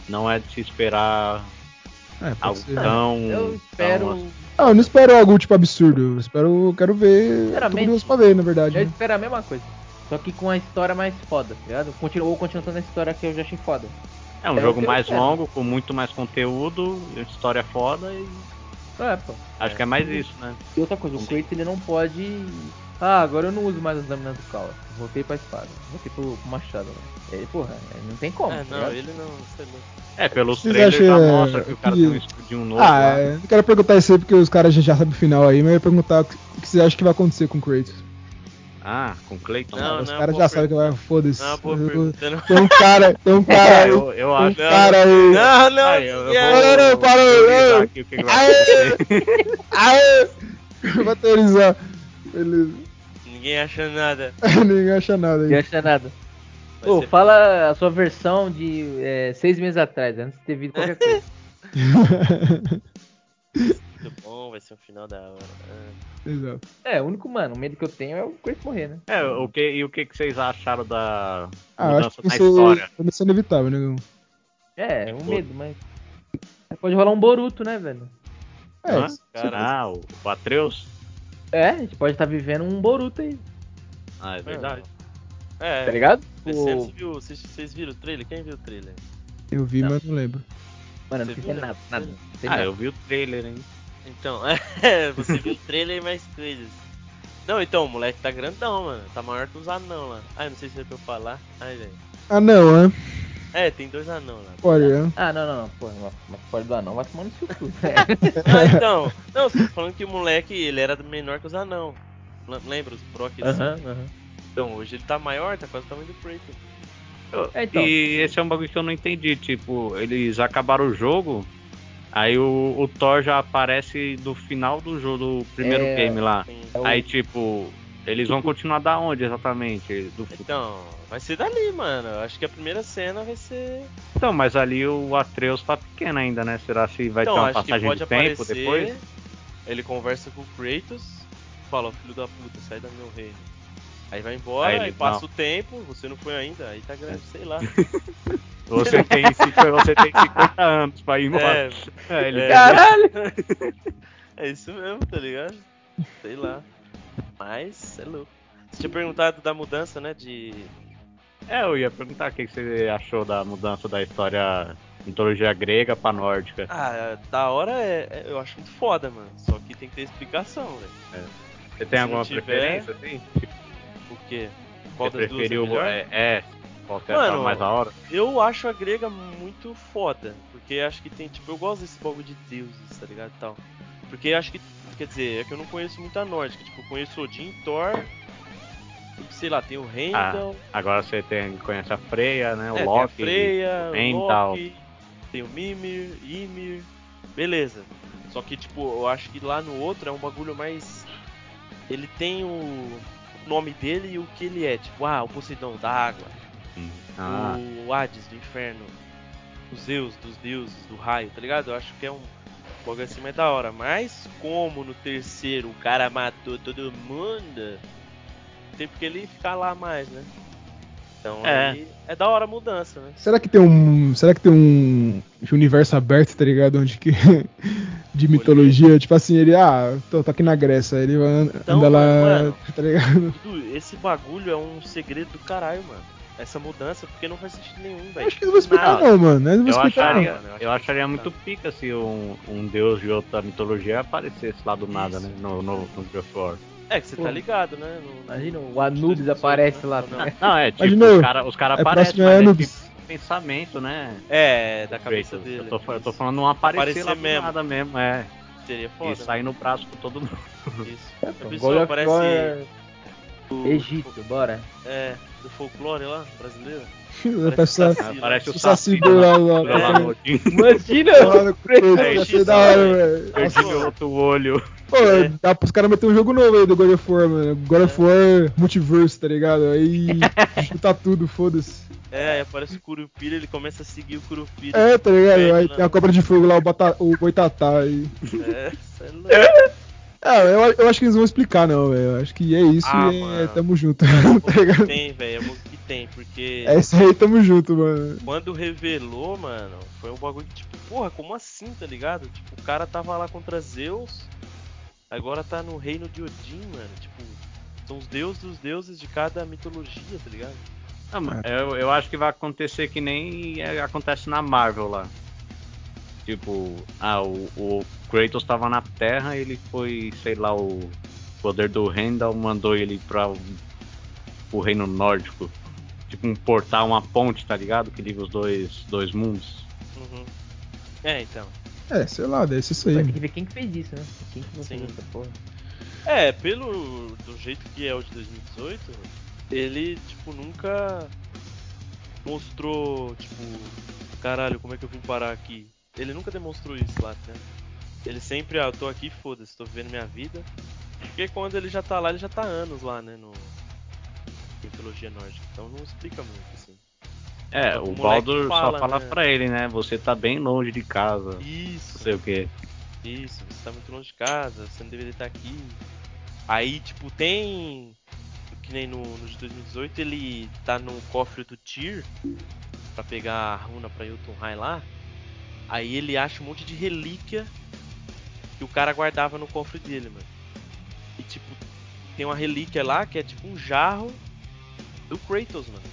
[SPEAKER 2] não é de se esperar
[SPEAKER 1] é, pode
[SPEAKER 2] algo
[SPEAKER 1] ser.
[SPEAKER 2] tão.
[SPEAKER 4] Eu
[SPEAKER 2] tão
[SPEAKER 4] espero.
[SPEAKER 2] assim.
[SPEAKER 1] Ah, eu não espero algo tipo absurdo. Eu espero, eu quero ver. eu Tô
[SPEAKER 4] Sinceramente,
[SPEAKER 1] curioso pra ver, na verdade.
[SPEAKER 4] Eu
[SPEAKER 1] né?
[SPEAKER 4] espero a mesma coisa. Só que com a história mais foda, tá ligado? Continu ou continuando a história que eu já achei foda.
[SPEAKER 2] É um
[SPEAKER 4] É,
[SPEAKER 2] jogo
[SPEAKER 4] eu
[SPEAKER 2] mais
[SPEAKER 4] espero.
[SPEAKER 2] longo, com muito mais conteúdo, história foda e
[SPEAKER 4] É, pô.
[SPEAKER 2] Acho que é mais isso, né?
[SPEAKER 4] E outra coisa, o
[SPEAKER 2] Sim.
[SPEAKER 4] Kratos ele não pode. Ah, agora eu não uso mais as lâminas do caos. Voltei pra espada. Voltei pro, pro machado, né? Ele, porra, ele não tem como.
[SPEAKER 3] É,
[SPEAKER 4] tá
[SPEAKER 3] não,
[SPEAKER 4] ligado?
[SPEAKER 3] ele não, sei lá.
[SPEAKER 2] É, pelos
[SPEAKER 1] Vocês
[SPEAKER 2] trailers
[SPEAKER 1] acham-
[SPEAKER 2] já mostra que o cara
[SPEAKER 1] que-
[SPEAKER 2] tem um escudinho novo.
[SPEAKER 1] ah,
[SPEAKER 2] lá.
[SPEAKER 1] é, não quero perguntar isso aí porque os caras já- já sabem o final aí, mas eu ia perguntar o que o que você acha que vai acontecer com o Kratos.
[SPEAKER 2] Ah, com Clayton.
[SPEAKER 3] Não,
[SPEAKER 1] os
[SPEAKER 3] não,
[SPEAKER 1] caras
[SPEAKER 3] boa
[SPEAKER 1] já sabem que vai, foda-se.
[SPEAKER 3] Não, é boa
[SPEAKER 1] Eu-
[SPEAKER 3] pergunta, não. É,
[SPEAKER 1] Tem um cara, tem um cara.
[SPEAKER 2] eu, eu
[SPEAKER 1] tem um
[SPEAKER 2] acho.
[SPEAKER 1] cara aí.
[SPEAKER 3] Não, não,
[SPEAKER 2] Ah, eu- eu
[SPEAKER 3] yeah.
[SPEAKER 1] Parou,
[SPEAKER 2] vou-
[SPEAKER 1] parou,
[SPEAKER 2] teorizar
[SPEAKER 1] ei.
[SPEAKER 2] aqui o que que vai acontecer.
[SPEAKER 1] Aê! Vai teorizar. Beleza.
[SPEAKER 3] ninguém acha nada.
[SPEAKER 1] Ninguém acha nada
[SPEAKER 4] Não
[SPEAKER 1] aí.
[SPEAKER 4] acha nada.
[SPEAKER 3] Vai
[SPEAKER 4] Pô,
[SPEAKER 3] ser-
[SPEAKER 4] fala a sua versão de é, seis meses atrás, antes de ter vindo qualquer coisa.
[SPEAKER 3] Muito bom, vai ser um final da hora. Ah.
[SPEAKER 1] Exato.
[SPEAKER 4] É, o único, mano, o medo que eu tenho é o Kratos morrer, né?
[SPEAKER 2] É, o que, e o que, que vocês acharam da
[SPEAKER 1] Ah, eu acho
[SPEAKER 2] mudança
[SPEAKER 1] que
[SPEAKER 3] tá
[SPEAKER 2] na
[SPEAKER 1] isso
[SPEAKER 2] história?
[SPEAKER 1] vai ser inevitável, né? Gão?
[SPEAKER 4] É, é um
[SPEAKER 2] Pô.
[SPEAKER 4] medo, mas. Pode rolar um Boruto, né, velho?
[SPEAKER 1] É,
[SPEAKER 2] Hã?
[SPEAKER 1] isso-
[SPEAKER 2] Ah, o, o Atreus?
[SPEAKER 4] É, a gente pode estar vivendo um Boruto aí,
[SPEAKER 2] Ah, é verdade.
[SPEAKER 3] É,
[SPEAKER 4] tá ligado?
[SPEAKER 3] Vocês
[SPEAKER 4] Pô,
[SPEAKER 3] viram, vocês, vocês viram o trailer? Quem viu o trailer?
[SPEAKER 1] eu vi,
[SPEAKER 4] Não.
[SPEAKER 1] mas não lembro.
[SPEAKER 4] mano, não
[SPEAKER 3] Você
[SPEAKER 4] precisa
[SPEAKER 3] viu?
[SPEAKER 4] nada, nada. não sei
[SPEAKER 2] Ah,
[SPEAKER 4] nada.
[SPEAKER 2] eu vi o trailer, hein?
[SPEAKER 3] Então, é, você viu o trailer e mais coisas. Não, então, o moleque tá grandão, mano. Tá maior que os anão lá. Ai, não sei se é pra eu falar. Ai, velho.
[SPEAKER 1] Ah, não, né?
[SPEAKER 3] É, tem dois anão lá.
[SPEAKER 1] Olha, né?
[SPEAKER 4] Ah, não, não, não, porra, mas- mas fora do anão vai tomar no seu cu. né?
[SPEAKER 3] Ah, então. Não, você tá falando que o moleque, ele era menor que os anão. L- Lembra os Brock? assim.
[SPEAKER 4] Aham, aham.
[SPEAKER 3] Então, hoje ele tá maior, tá quase o tamanho do Kratos.
[SPEAKER 4] É, então.
[SPEAKER 2] E esse é um bagulho que eu não entendi. Tipo, eles acabaram o jogo, aí o, o Thor já aparece do final do jogo, do primeiro
[SPEAKER 4] É,
[SPEAKER 2] game lá.
[SPEAKER 3] Tem-
[SPEAKER 4] é o-
[SPEAKER 2] Aí, tipo, eles vão continuar da onde exatamente? Do fu-
[SPEAKER 3] Então, vai ser dali, mano. Eu Acho que a primeira cena vai ser.
[SPEAKER 2] Então, mas ali o Atreus tá pequeno ainda, né? Será se vai
[SPEAKER 3] então,
[SPEAKER 2] ter uma
[SPEAKER 3] acho que
[SPEAKER 2] passagem
[SPEAKER 3] pode
[SPEAKER 2] de tempo
[SPEAKER 3] aparecer.
[SPEAKER 2] depois?
[SPEAKER 3] Ele conversa com o Kratos, fala, filho da puta, sai do meu reino. Aí vai
[SPEAKER 2] Aí
[SPEAKER 3] embora, aí,
[SPEAKER 2] ele,
[SPEAKER 3] passa
[SPEAKER 2] não.
[SPEAKER 3] o tempo, você não foi ainda, aí tá grande, sei lá.
[SPEAKER 2] Você tem, cinco- você tem 50 anos pra ir embora.
[SPEAKER 3] É,
[SPEAKER 2] É, ele-
[SPEAKER 3] é.
[SPEAKER 4] Caralho!
[SPEAKER 3] é isso mesmo, tá ligado? Sei lá. Mas, é louco. Você tinha perguntado da mudança, né? De.
[SPEAKER 2] É, eu ia perguntar o que que você achou da mudança da história mitologia grega pra nórdica.
[SPEAKER 3] Ah, da hora é. é- Eu acho muito foda, mano. Só que tem que ter explicação, velho.
[SPEAKER 2] Você tem
[SPEAKER 3] se
[SPEAKER 2] alguma
[SPEAKER 3] não tiver,
[SPEAKER 2] preferência, assim?
[SPEAKER 3] Por quê? Qual
[SPEAKER 2] Você
[SPEAKER 3] das duas é
[SPEAKER 2] preferiu...
[SPEAKER 3] melhor?
[SPEAKER 2] é, é, qual que é
[SPEAKER 3] Mano,
[SPEAKER 2] mais da hora?
[SPEAKER 3] Eu acho a grega muito foda, porque acho que tem, tipo, eu gosto desse bagulho de deuses, tá ligado? e Tal. Porque acho que, quer dizer, é que eu não conheço muita nórdica, tipo, eu conheço Odin, Thor, e, sei lá, tem o Heimdall,
[SPEAKER 2] Agora você tem, conhece a Freya, né? O
[SPEAKER 3] é,
[SPEAKER 2] Loki.
[SPEAKER 3] tem a Freya, o
[SPEAKER 2] Heimdall.
[SPEAKER 3] Loki, tem o Mimir, Ymir, beleza. Só que, tipo, eu acho que lá no outro é um bagulho mais... Ele tem o nome dele e o que ele é, tipo, ah, o Poseidon da água,
[SPEAKER 2] Ah,
[SPEAKER 3] o Hades do inferno, os Zeus dos deuses, do raio, tá ligado? Eu acho que é um bagulho assim mais da hora. Mas como no terceiro o cara matou todo mundo, tem porque ele ficar lá mais, né? Então
[SPEAKER 2] É.
[SPEAKER 3] aí é da hora a mudança, né?
[SPEAKER 1] Será que tem um. Será que tem um universo aberto, tá ligado? Onde que. De mitologia, tipo assim, ele, ah, tô, tô aqui na Grécia, ele vai and-
[SPEAKER 3] Então,
[SPEAKER 1] anda lá,
[SPEAKER 3] mano.
[SPEAKER 1] tá ligado?
[SPEAKER 3] Dudu, Esse bagulho é um segredo do caralho, mano. Essa mudança, porque não faz sentido nenhum, velho.
[SPEAKER 1] Acho que não vou explicar,
[SPEAKER 3] Nada.
[SPEAKER 1] não, mano. Eu não vou
[SPEAKER 2] eu
[SPEAKER 1] explicar,
[SPEAKER 2] acharia,
[SPEAKER 1] não.
[SPEAKER 3] não.
[SPEAKER 2] eu acharia muito pica se um, um deus de outra mitologia aparecesse lá do nada,
[SPEAKER 3] Isso.
[SPEAKER 2] né? No, no, no God of War.
[SPEAKER 3] É que você tá ligado, né? Não-
[SPEAKER 4] Imagina, o Anubis aparece lá. né?
[SPEAKER 3] Não, não.
[SPEAKER 2] Não, é tipo,
[SPEAKER 1] Imagina,
[SPEAKER 2] os caras os cara
[SPEAKER 1] é
[SPEAKER 2] aparecem,
[SPEAKER 1] próximo é
[SPEAKER 2] mas é
[SPEAKER 1] Anubis.
[SPEAKER 2] tipo pensamento, né?
[SPEAKER 3] É, da cabeça
[SPEAKER 2] Kratos?
[SPEAKER 3] dele.
[SPEAKER 2] Eu tô, fa- eu tô falando não aparecer,
[SPEAKER 3] Aparecer
[SPEAKER 2] lá do
[SPEAKER 3] mesmo.
[SPEAKER 2] nada mesmo, é.
[SPEAKER 3] Seria foda.
[SPEAKER 2] e sair no braço com todo mundo.
[SPEAKER 3] né? Isso.
[SPEAKER 4] É,
[SPEAKER 3] A
[SPEAKER 4] pô,
[SPEAKER 3] pessoa
[SPEAKER 4] God of War
[SPEAKER 3] aparece.
[SPEAKER 4] é
[SPEAKER 3] do-
[SPEAKER 4] Egito, bora.
[SPEAKER 3] É, do folclore lá, brasileiro.
[SPEAKER 1] Eu peço
[SPEAKER 3] Parece
[SPEAKER 1] essa-
[SPEAKER 3] Saci, né?
[SPEAKER 2] Parece o
[SPEAKER 1] o Saci
[SPEAKER 2] Saci
[SPEAKER 1] do lá, é lá, tá
[SPEAKER 2] lá, lá no-
[SPEAKER 4] Imagina!
[SPEAKER 1] Porrada com o Kratos,
[SPEAKER 2] É,
[SPEAKER 1] achei
[SPEAKER 3] isso,
[SPEAKER 1] tá da hora,
[SPEAKER 3] velho.
[SPEAKER 1] velho.
[SPEAKER 2] Perdi meu outro olho.
[SPEAKER 1] Pô,
[SPEAKER 3] É.
[SPEAKER 1] dá pros caras meter um jogo novo aí do God of War, mano. God of War Multiverse, tá ligado? Aí chuta tudo, foda-se.
[SPEAKER 3] É, aí aparece o Curupira, ele começa a seguir o Curupira.
[SPEAKER 1] É, tá ligado? Aí
[SPEAKER 3] Velho,
[SPEAKER 1] tem a cobra de fogo lá, o, bata, o boitatá aí.
[SPEAKER 3] É, cê é louco.
[SPEAKER 1] Ah, eu, eu acho que eles vão explicar, não, velho. Eu Acho que é isso
[SPEAKER 3] Ah,
[SPEAKER 1] e é-
[SPEAKER 3] mano.
[SPEAKER 1] tamo junto.
[SPEAKER 3] É um Pouco
[SPEAKER 1] tá
[SPEAKER 3] que
[SPEAKER 1] ligado?
[SPEAKER 3] tem, velho, é pouco que tem, porque
[SPEAKER 1] É isso aí, tamo junto, mano.
[SPEAKER 3] quando revelou, mano, foi um bagulho que, tipo, porra, como assim, tá ligado? Tipo, o cara tava lá contra Zeus, agora tá no reino de Odin, mano, tipo, são os deuses dos deuses de cada mitologia, tá ligado?
[SPEAKER 2] Ah, mas eu, eu acho que vai acontecer que nem é, acontece na Marvel lá. Tipo, ah, o, o Kratos estava na Terra, ele foi, sei lá, o poder do Heimdall mandou ele para o reino nórdico. Tipo um portal, uma ponte, tá ligado? Que liga os dois, dois mundos.
[SPEAKER 3] Uhum. É, então.
[SPEAKER 1] É, sei lá, deve ser isso
[SPEAKER 4] Vai
[SPEAKER 1] aí.
[SPEAKER 4] ter que ver quem que fez isso, né? Quem que fez
[SPEAKER 3] Sim.
[SPEAKER 4] essa porra?
[SPEAKER 3] É, pelo do jeito que é o de 2018, ele tipo nunca mostrou tipo caralho como é que eu vim parar aqui. Ele nunca demonstrou isso lá, né? Ele sempre ah, eu tô aqui, foda-se, tô vivendo minha vida. Porque quando ele já tá lá, ele já tá há anos lá, né? No mitologia nórdica. Então não explica muito assim.
[SPEAKER 2] É, o,
[SPEAKER 3] O moleque
[SPEAKER 2] Baldur
[SPEAKER 3] fala,
[SPEAKER 2] só fala
[SPEAKER 3] né?
[SPEAKER 2] pra ele, né? Você tá bem longe de casa,
[SPEAKER 3] Isso.
[SPEAKER 2] não sei o quê.
[SPEAKER 3] Isso, você tá muito longe de casa, você não deveria estar aqui. Aí, tipo, tem. Que nem no, no de 2018, ele tá no cofre do Tyr pra pegar a runa pra Jotunheim lá. Aí ele acha um monte de relíquia que o cara guardava no cofre dele, mano. E, tipo, tem uma relíquia lá que é tipo um jarro do Kratos, mano.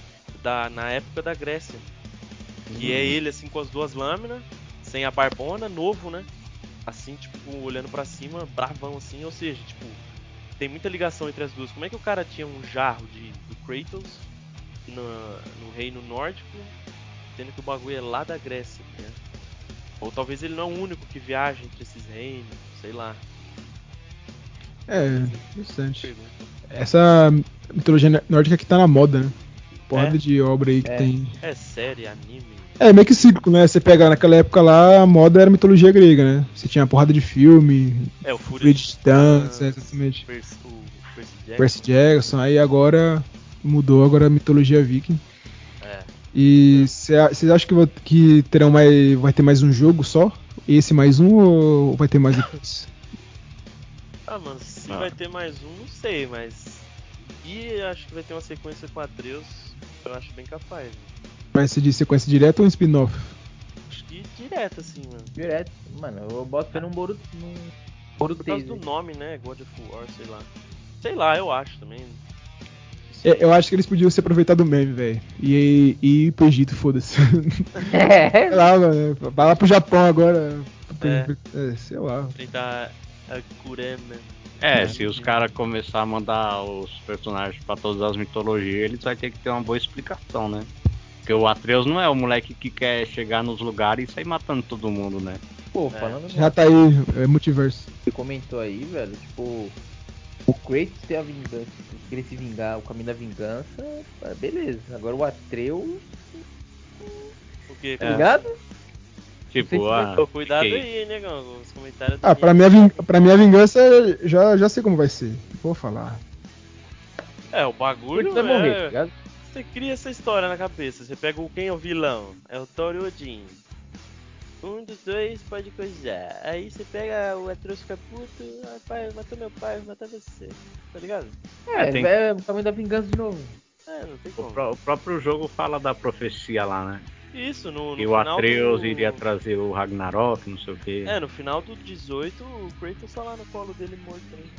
[SPEAKER 3] Da, na época da Grécia. Que é ele, assim, com as duas lâminas, sem a barbona, novo, né? assim, tipo, olhando pra cima, bravão assim, ou seja, tipo, tem muita ligação entre as duas. Como é que o cara tinha um jarro de, do Kratos na- no reino nórdico, sendo que o bagulho é lá da Grécia, né? Ou talvez ele não é o único que viaja entre esses reinos, sei lá.
[SPEAKER 1] É, interessante.
[SPEAKER 3] Pergunta.
[SPEAKER 1] Essa mitologia nórdica que tá na moda, né? Porrada
[SPEAKER 3] É.
[SPEAKER 1] de obra aí que
[SPEAKER 4] É.
[SPEAKER 1] tem.
[SPEAKER 3] É série, anime.
[SPEAKER 1] É, meio que cíclico, né? Você pega naquela época lá, a moda era mitologia grega, né? Você tinha porrada de filme,
[SPEAKER 3] É o Fúria
[SPEAKER 1] Bridgestone,
[SPEAKER 3] Titãs,
[SPEAKER 1] exatamente.
[SPEAKER 3] Ah, Percy- o Percy Jackson.
[SPEAKER 1] Percy Jackson, aí agora mudou, agora é mitologia viking.
[SPEAKER 3] É.
[SPEAKER 1] E vocês acham que, vo- que terão mais, vai ter mais um jogo só? Esse mais um ou vai ter mais depois?
[SPEAKER 3] Ah, mano, se
[SPEAKER 2] Ah.
[SPEAKER 3] vai ter mais um, não sei, mas. E acho que vai ter uma sequência com Atreus, eu acho bem capaz. né?
[SPEAKER 1] Vai ser de sequência direta ou um spin-off?
[SPEAKER 3] Acho que direto, assim, mano.
[SPEAKER 4] Direto. Mano, eu boto pé num Boruto. Num... Boruto
[SPEAKER 3] Por causa do nome, né? God of War, sei lá. Sei lá, eu acho também.
[SPEAKER 1] É, eu acho que eles podiam se aproveitar do meme, velho. E, e ir pro Egito, foda-se.
[SPEAKER 4] É.
[SPEAKER 1] sei lá, mano. Vai lá pro Japão agora.
[SPEAKER 3] É.
[SPEAKER 1] É, sei lá.
[SPEAKER 3] Tentar né? a Kurema.
[SPEAKER 2] É, se os caras começar a mandar os personagens pra todas as mitologias, eles vai ter que ter uma boa explicação, né? Porque o Atreus não é o moleque que quer chegar nos lugares e sair matando todo mundo, né?
[SPEAKER 4] Pô, falando
[SPEAKER 1] Já tá aí, é multiverso.
[SPEAKER 4] você comentou aí, velho, tipo, o Kratos ter a vingança, tipo, querer se vingar, o caminho da vingança, ah, beleza. Agora o Atreu,
[SPEAKER 3] Porque,
[SPEAKER 4] tá ligado?
[SPEAKER 2] Tipo,
[SPEAKER 4] Vocês
[SPEAKER 2] ah,
[SPEAKER 4] ficam-
[SPEAKER 3] então, cuidado
[SPEAKER 2] fiquei.
[SPEAKER 3] aí, negão. Os comentários
[SPEAKER 1] Ah, pra minha, vin- pra minha vingança, já, já sei como vai ser. Vou falar.
[SPEAKER 3] É, o
[SPEAKER 4] O
[SPEAKER 3] bagulho
[SPEAKER 4] Kratos vai morrer, tá
[SPEAKER 3] é...
[SPEAKER 4] ligado?
[SPEAKER 3] Você cria essa história na cabeça. Você pega o quem é o vilão? É o Thor e o Odin. Um dos dois pode coisar. Aí você pega o Atreus fica puto. Ah, pai, matou meu pai, vou matar você. Tá ligado?
[SPEAKER 4] É,
[SPEAKER 2] tem-
[SPEAKER 4] é o caminho da vingança de novo.
[SPEAKER 3] É, não tem
[SPEAKER 2] o,
[SPEAKER 3] como.
[SPEAKER 2] pró- o próprio jogo fala da profecia lá, né?
[SPEAKER 3] Isso, no, no
[SPEAKER 2] E o
[SPEAKER 3] final
[SPEAKER 2] Atreus
[SPEAKER 3] do-
[SPEAKER 2] iria trazer o Ragnarok, não sei o quê.
[SPEAKER 3] É, no final do 18, o Kratos tá lá no colo dele morto ainda.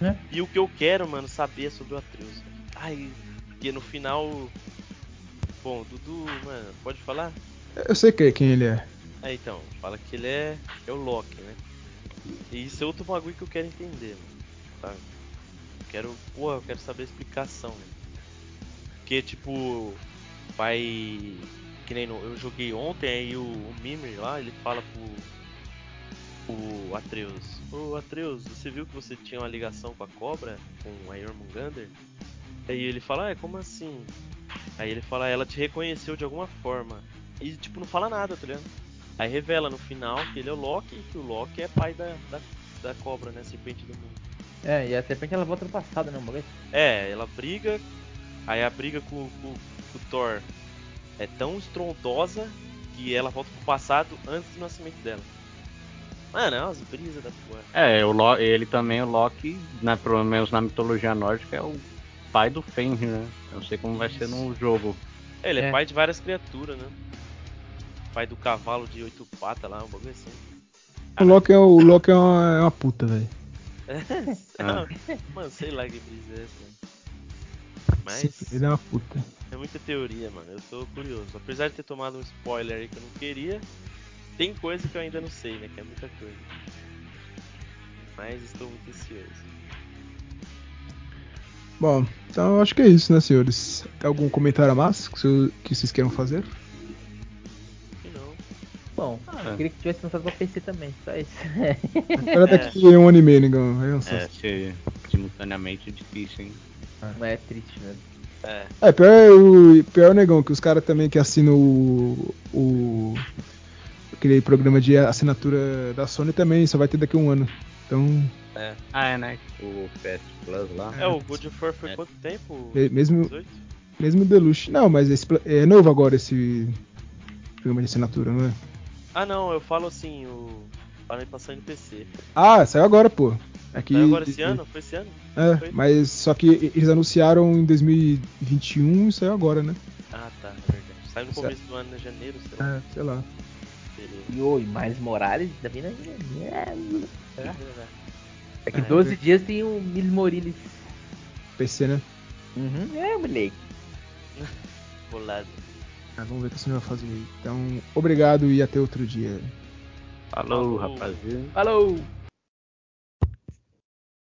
[SPEAKER 4] Né?
[SPEAKER 3] E o que eu quero, mano, saber é sobre o Atreus. velho. Ai, porque no final. Bom, Dudu, mano, pode falar?
[SPEAKER 1] Eu sei que- quem ele é.
[SPEAKER 3] É, então, fala que ele é, é o Loki, né? E isso é outro bagulho que eu quero entender, mano. Sabe? Eu quero, porra, eu quero saber a explicação, né? Porque, tipo, vai. Que nem no- eu joguei ontem, aí o, o Mimir lá, ele fala pro. O Atreus. Ô Atreus, você viu que você tinha uma ligação com a cobra? Com a Jormungander? Aí ele fala, ah, como assim? Aí ele fala, ela te reconheceu de alguma forma. E, tipo, não fala nada, tá ligado? Aí revela no final que ele é o Loki e que o Loki é pai da, da, da cobra, né? Serpente do mundo.
[SPEAKER 4] É, e a serpente ela volta no passado, né, bagulho?
[SPEAKER 3] É, ela briga, aí a briga com, com- com o Thor é tão estrondosa que ela volta pro passado antes do nascimento dela. Mano, é umas brisas da porra.
[SPEAKER 2] É, o Lo- ele também, o Loki, na, pelo menos na mitologia nórdica, é o pai do Fenrir, né? Eu não sei como vai ser no jogo.
[SPEAKER 3] É, ele é,
[SPEAKER 4] É.
[SPEAKER 3] pai de várias criaturas, né? Pai do cavalo de oito patas lá, um bagulho assim.
[SPEAKER 1] O Loki é, o Loki é, uma, é uma puta, velho.
[SPEAKER 2] Ah.
[SPEAKER 3] Mano, sei lá que brisa é essa. né? Mas.
[SPEAKER 1] Esse- Ele é uma puta.
[SPEAKER 3] É muita teoria, mano. Eu tô curioso. Apesar de ter tomado um spoiler aí que eu não queria, Tem coisa que eu ainda não sei, né? Que é muita coisa. Mas estou muito ansioso.
[SPEAKER 1] Bom, então eu acho que é isso, né, senhores? Tem algum comentário a mais que seu- que vocês queiram fazer?
[SPEAKER 3] E não.
[SPEAKER 4] Bom,
[SPEAKER 2] Ah.
[SPEAKER 4] eu queria que tivesse lançado pra PC também, só isso.
[SPEAKER 1] Era
[SPEAKER 3] É.
[SPEAKER 1] daqui a um ano e meio, negão. Vai lançar.
[SPEAKER 2] É, ser simultaneamente é difícil, hein?
[SPEAKER 4] Não é triste, velho.
[SPEAKER 3] É,
[SPEAKER 1] É, pior é o, pior é o negão, que os caras também que assinam o, o. aquele programa de assinatura da Sony também só vai ter daqui a um ano. Então,
[SPEAKER 3] é.
[SPEAKER 2] Ah, é, né? O PS Plus lá.
[SPEAKER 3] É, o God of War foi
[SPEAKER 2] É.
[SPEAKER 3] quanto tempo?
[SPEAKER 1] é, mesmo,
[SPEAKER 3] 18?
[SPEAKER 1] mesmo o Deluxe. Não, mas esse, pla- é novo agora esse programa de assinatura, não é?
[SPEAKER 3] Ah não, eu falo assim, o. Para de passar no PC.
[SPEAKER 1] Ah, saiu agora, pô. É Aqui,
[SPEAKER 3] Saiu agora esse ano? Foi esse ano?
[SPEAKER 1] É, mas só que eles anunciaram em 2021 e saiu agora, né?
[SPEAKER 3] Ah tá, é verdade. Saiu no
[SPEAKER 1] Certo.
[SPEAKER 3] começo do ano, né? Janeiro, sei lá.
[SPEAKER 1] É, sei lá.
[SPEAKER 3] Fevereiro.
[SPEAKER 4] E oi, mais Morales tá vindo aí. né?
[SPEAKER 3] É.
[SPEAKER 4] Daqui
[SPEAKER 3] É.
[SPEAKER 4] 12 dias tem o Miles Morales.
[SPEAKER 1] PC, né?
[SPEAKER 4] Uhum, é, moleque.
[SPEAKER 3] Bolado.
[SPEAKER 1] Ah, vamos ver o que a Sony vai fazer aí. Então, obrigado e até outro dia.
[SPEAKER 2] Falou,
[SPEAKER 3] Falou.
[SPEAKER 2] rapaziada.
[SPEAKER 4] Falou!